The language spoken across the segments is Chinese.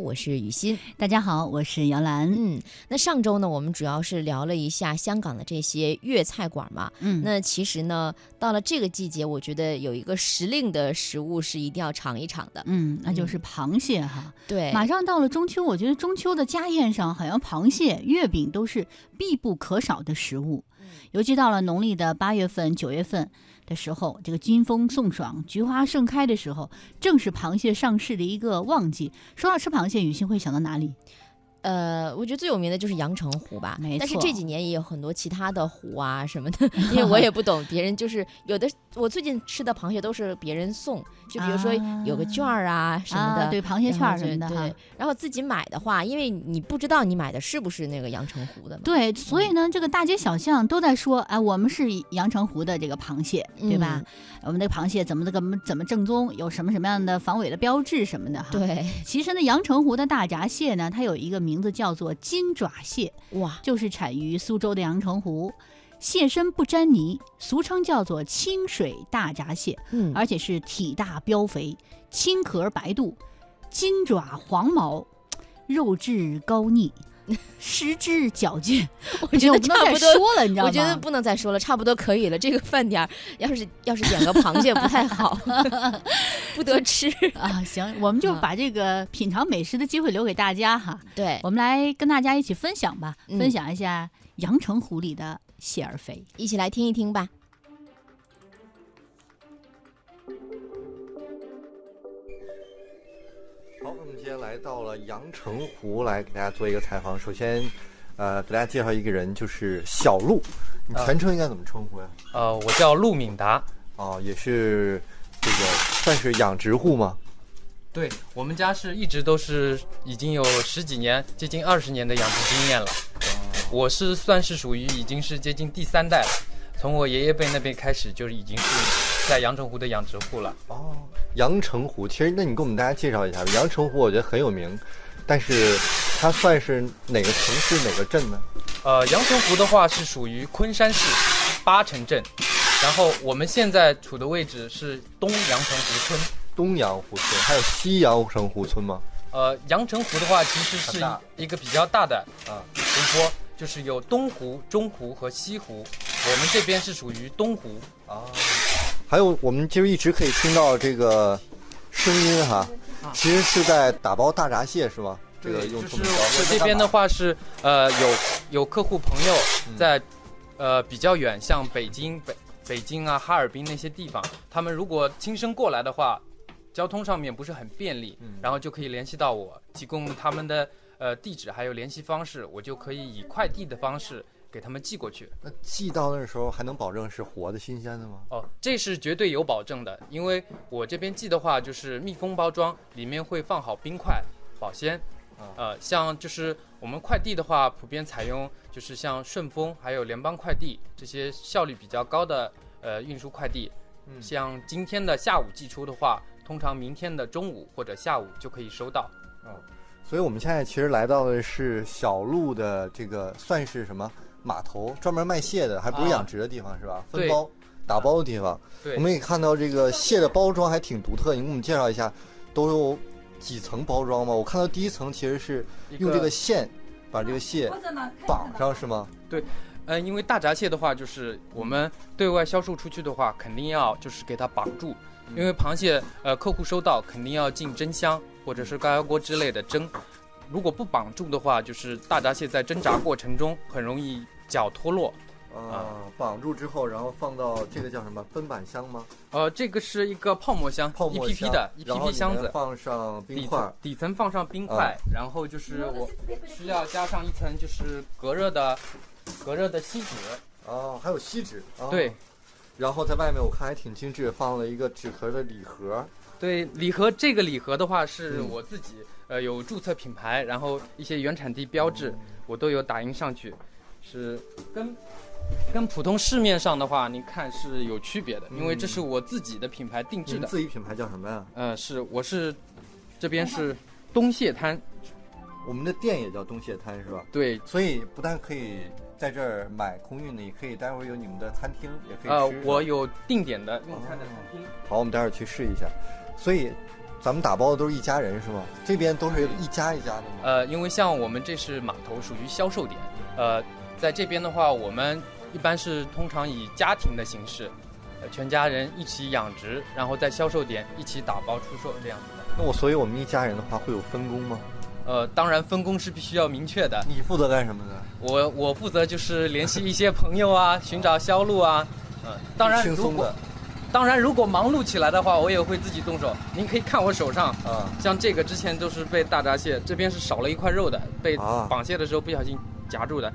我是雨欣，大家好，我是姚兰。嗯，那上周呢，我们主要是聊了一下香港的这些粤菜馆嘛。嗯那其实呢，到了这个季节，我觉得有一个时令的食物是一定要尝一尝的。嗯，那就是螃蟹哈。对，马上到了中秋，我觉得中秋的家宴上，好像螃蟹、月饼都是必不可少的食物。尤其到了农历的八月份、九月份的时候，这个金风送爽、菊花盛开的时候，正是螃蟹上市的一个旺季。说到吃螃蟹，雨欣会想到哪里？呃，我觉得最有名的就是阳澄湖吧没，但是错这几年也有很多其他的湖啊什么 的，因为我也不懂，别人就是有的，我最近吃的螃蟹都是别人送，就比如说有个券儿啊什么的，啊，对，螃蟹然券后儿就什么的哈对。，然后自己买的话，因为你不知道你买的是不是那个阳澄湖的嘛，对，所以呢，这个大街小巷都在说，哎，我们是阳澄湖的这个螃蟹，对吧？我们这个螃蟹怎么怎么怎么正宗，有什么什么样的防伪的标志什么的哈。，对，其实呢，阳澄湖的大闸蟹呢，它有一个名字叫做金爪蟹，哇，就是产于苏州的阳澄湖，蟹身不沾泥，俗称叫做清水大闸蟹，嗯，而且是体大膘肥，青壳白肚，金爪黄毛，肉质 高腻，食之矫健。我觉不 得行我不能差再不多。说了，你知道吗？我觉得不能再说了，差不多可以了。这个饭点儿，要是要是点个螃蟹不太好， 不得 吃。啊，行，我们就啊把这个品尝美食的机会留给大家哈。对，我们来跟大家一起分享吧，嗯分享一下阳澄湖里的蟹儿肥。一起来听一听吧。好，我们今天来到了阳澄湖，来给大家做一个采访。首先，呃，给大家介绍一个人，就是小鹿，你全称应该怎么称呼呀？呃，我叫陆敏达，哦，也是这个算是养殖户吗？对我们家是一直都是已经有十几年，接近二十年的养殖经验了。我是算是属于已经是接近第三代了，从我爷爷辈那边开始就是已经是在阳澄湖的养殖户了。哦，阳澄湖，其实那你给我们大家介绍一下吧。阳澄湖我觉得很有名，但是它算是哪个城市哪个镇呢？呃，阳澄湖的话是属于昆山市八城镇，然后我们现在处的位置是东阳澄湖村。东阳湖村还有西阳澄湖村吗？呃，阳澄湖的话，其实很是大一个比较大的啊湖泊，就是有东湖、中湖和西湖。我们这边是属于东湖。啊，还有我们其实一直可以听到这个声音哈，其实是在打包大闸蟹是吗？这个用啊就是这么高我这边的话是呃有有客户朋友嗯在、呃比较远，像北京北北京啊、哈尔滨那些地方，他们如果亲身过来的话，交通上面不是很便利，嗯然后就可以联系到我，提供他们的呃地址还有联系方式，我就可以以快递的方式给他们寄过去。那寄到那时候还能保证是活的新鲜的吗？哦，这是绝对有保证的，因为我这边寄的话就是密封包装，里面会放好冰块保鲜啊。呃，像就是我们快递的话，普遍采用就是像顺丰还有联邦快递这些效率比较高的呃运输快递。嗯像今天的下午寄出的话，通常明天的中午或者下午就可以收到。所以我们现在其实来到的是小鹿的这个算是什么码头，专门卖蟹的，还不是啊养殖的地方是吧？分对包打包的地方。对，我们也看到这个蟹的包装还挺独特，你给我们介绍一下，都有几层包装吗？我看到第一层其实是一用这个线把这个蟹绑上是吗？呃，因为大闸蟹的话，就是我们对外销售出去的话，肯定要就是给它绑住，嗯因为螃蟹呃客户收到肯定要进蒸箱或者是高压锅之类的蒸，如果不绑住的话，就是大闸蟹在挣扎过程中很容易脚脱落。啊，绑住之后，然后放到这个叫什么分板箱吗？呃，这个是一个泡沫箱，泡沫一批批的，一箱批然后批里箱面子，放上冰底块层儿，啊底层放上冰块，然后就是我需要加上一层就是隔热的隔热的锡纸，哦，还有锡纸，哦对。然后在外面我看还挺精致，放了一个纸盒的礼盒，对礼盒这个礼盒的话，是嗯我自己、呃有注册品牌，然后一些原产地标哦志、我都有打印上去，是跟跟普通市面上的话，你看是有区别的，嗯因为这是我自己的品牌定你制们的。自己品牌叫什么呀？呃，是我是这边是东蟹滩，我们的店也叫东蟹滩是吧？对，所以不但可以在这儿买空运的，也可以待会儿有你们的餐厅，也可以吃。呃是，吧我有定点的用餐的餐厅。好，我们待会儿去试一下。所以咱们打包的都是一家人是吗？这边都是一家一家的吗？呃，因为像我们这是码头，属于销售点。呃，在这边的话，我们一般是通常以家庭的形式，呃全家人一起养殖，然后在销售点一起打包出售这样子的。那我所以我们一家人的话会有分工吗？呃，当然分工是必须要明确的。你负责干什么的？我我负责就是联系一些朋友啊，寻找销路啊。嗯、当然轻如松果的当然如果忙碌起来的话，我也会自己动手。您可以看我手上，啊，像这个之前都是被大闸蟹，这边是少了一块肉的，被啊绑蟹的时候不小心夹住的。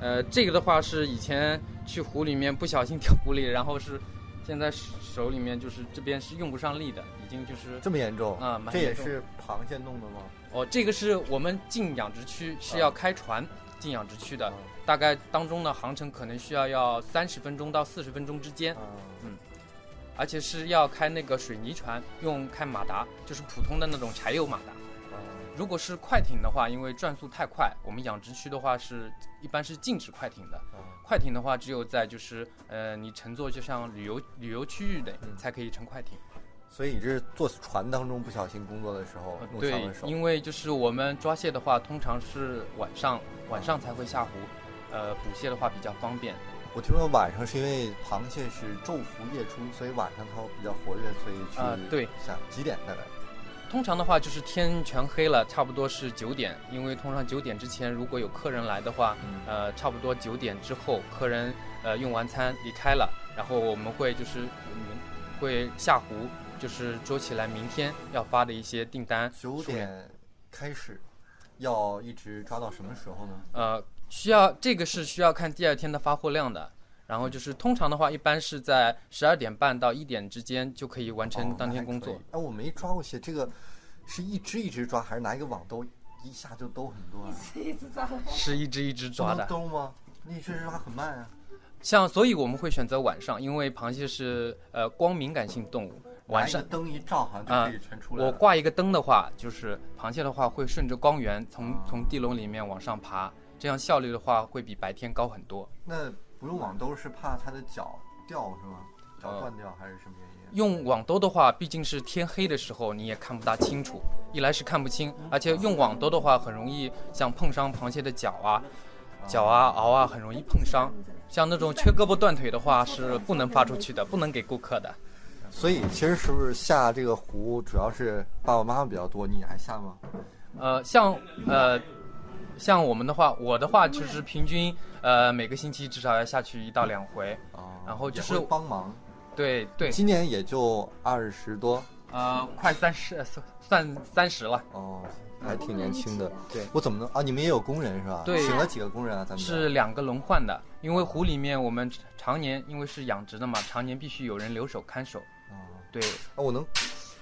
呃，这个的话是以前去湖里面不小心掉湖里，然后是现在手里面就是这边是用不上力的，已经就是这么严重啊蛮这也严重是螃蟹弄的吗？哦，这个是我们进养殖区是要开船进养殖区啊的，大概当中的航程可能需要要三十分钟到四十分钟之间啊，，而且是要开那个水泥船，用开马达，就是普通的那种柴油马达。啊如果是快艇的话，因为转速太快，我们养殖区的话是一般是禁止快艇的。啊快艇的话，只有在就是呃你乘坐就像旅游旅游区域内嗯才可以乘快艇。所以你这是坐船当中不小心工作哦的时候呃弄伤对了，手。因为就是我们抓蟹的话，通常是晚上晚上才会下湖，呃捕蟹的话比较方便。我听说晚上是因为螃蟹是昼伏夜出，所以晚上它比较活跃，所以去啊对下几点大概？通常的话就是天全黑了，差不多是九点，因为通常九点之前如果有客人来的话，嗯呃，差不多九点之后，客人呃用完餐离开了，然后我们会就是我们会下湖，就是捉起来明天要发的一些订单。九数量，点开始，要一直抓到什么时候呢？呃，需要这个是需要看第二天的发货量的。然后就是通常的话，一般是在十二点半到一点之间就可以完成哦当天工。那作还可。以哎，我没抓过蟹，这个是一只一只抓，还是拿一个网兜一下就兜很多啊？是一只一只抓的不能。兜吗？你确实抓很慢啊。像，所以我们会选择晚上，因为螃蟹是呃光敏感性动物，晚拿上一个灯一照，好像就可以全出来我了。挂一个灯的话，就是螃蟹的话会顺着光源从从地笼里面往上爬，这样效率的话会比白天高很多。那不用网兜是怕它的脚掉是吗？脚呃断掉还是什么原因？用网兜的话，毕竟是天黑的时候，你也看不大清楚。一来是看不清，而且用网兜的话，很容易像碰伤螃蟹的脚啊、脚啊、螯啊，很容易碰伤。像那种缺胳膊断腿的话，是不能发出去的，不能给顾客的。所以其实是不是下这个湖主要是爸爸妈妈比较多，你还下吗？呃，像呃，像我们的话，我的话就是平均呃每个星期至少要下去一到两回。啊然后就是也会帮忙。对对，今年也就二十多呃，快三十，呃算算三十了，哦，还挺年轻的。嗯对我怎么能啊？你们也有工人是吧？对请了几个工人啊？咱们是两个轮换的。因为湖里面我们常年因为是养殖的嘛，常年必须有人留守看守。啊，对，啊我能。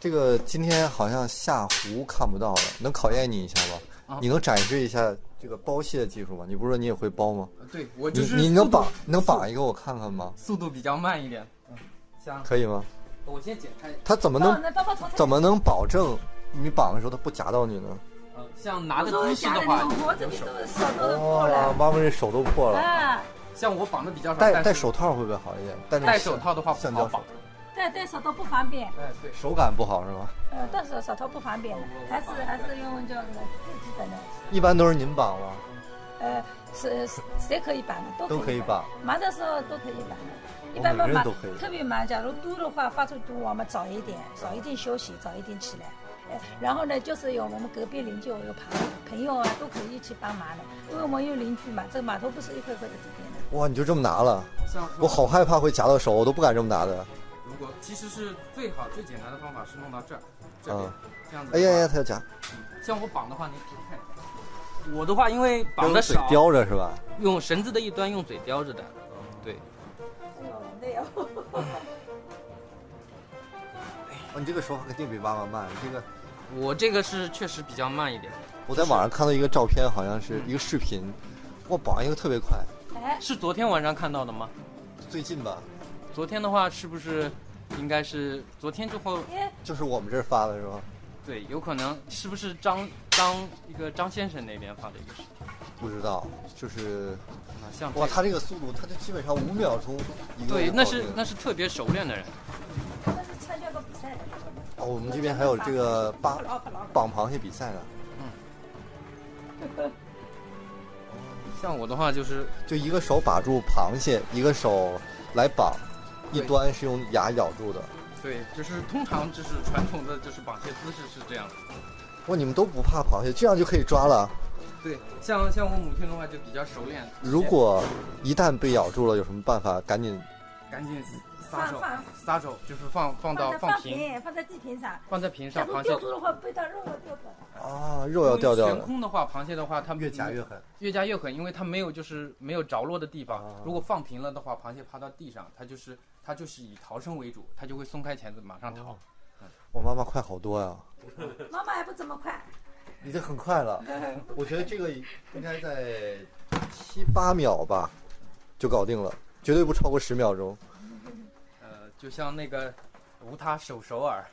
这个今天好像下湖看不到了，能考验你一下吗啊？你能展示一下这个包蟹的技术吗？你不是说你也会包吗？对我你你能绑你能绑一个我看看吗？速度比较慢一点。嗯，像可以吗？我先解开，它怎么能怎么能保证你绑的时候它不夹到你呢？呃，像拿的姿势的话，有手。哇，妈妈这手都破了。啊，像我绑的比较少，戴但戴是手套会不会好一点？戴那种戴手套的话不橡好胶手绑套。，戴戴手套不方便，哎，对。手感不好是吗？呃，戴手手套不方便的，还是还是用这个最基本的，一般都是您绑吗？呃，是是谁可以绑的都都可可以以绑，忙的时候都可以绑的，一般我每个人忙都可以特别忙，假如多的话，发出多我们早一点，早一点休息，早一点起来。哎，然后呢，就是有我们隔壁邻居，有朋朋友啊，都可以一起帮忙的，因为我们有邻居嘛，这个码头不是一块块的这边的。哇，你就这么拿了，像我好害怕会夹到手，我都不敢这么拿的。如果其实是最好最简单的方法是弄到这儿，这边、嗯这样子。哎呀呀，，它要夹，像我绑的话，你可以看一下。我的话，因为绑用的嘴少，叼着是吧？用绳子的一端用嘴叼着的。对，哎呦，累哦。哦，你这个手法肯定比爸爸慢。这个我这个是确实比较慢一点，我在网上看到一个照片，好像是一个视频，哇，绑一个特别快。哎，是昨天晚上看到的吗？最近吧，昨天的话是不是应该是昨天之后？哎，就是我们这儿发的是吧？对，有可能是不是张张一个张先生那边发的一个视频不知道，就是啊？像这哇，个他这个速度，他就基本上五秒钟一个。对，那是那是特别熟练的人。那是参加过比赛的。哦，我们这边还有这个八不老不老绑螃蟹比赛呢，像我的话就是就一个手把住螃蟹，一个手来绑，一对端是用牙咬住的。对，就是通常就是传统的就是绑蟹姿势是这样的。哇，你们都不怕螃蟹，这样就可以抓了。对，像像我母亲的话就比较熟练。如果一旦被咬住了，有什么办法？赶紧赶紧撒放手，放撒手就是放放到放在放放平，平，放在地平上。放在平假上，如螃掉蟹住的话，被它肉掉掉了。啊，肉要掉掉悬了，空的话，螃蟹的话它狠。越夹越狠，因为它没有就是没有着落的地方。啊如果放平了的话，螃蟹趴到地上，它就是它就是以逃生为主，它就会松开钳子马上哦逃。我妈妈快好多呀，妈妈还不怎么快，已经很快 了。我觉得这个应该在七八秒吧，就搞定了，绝对不超过十秒钟。呃，就像那个无他手首尔，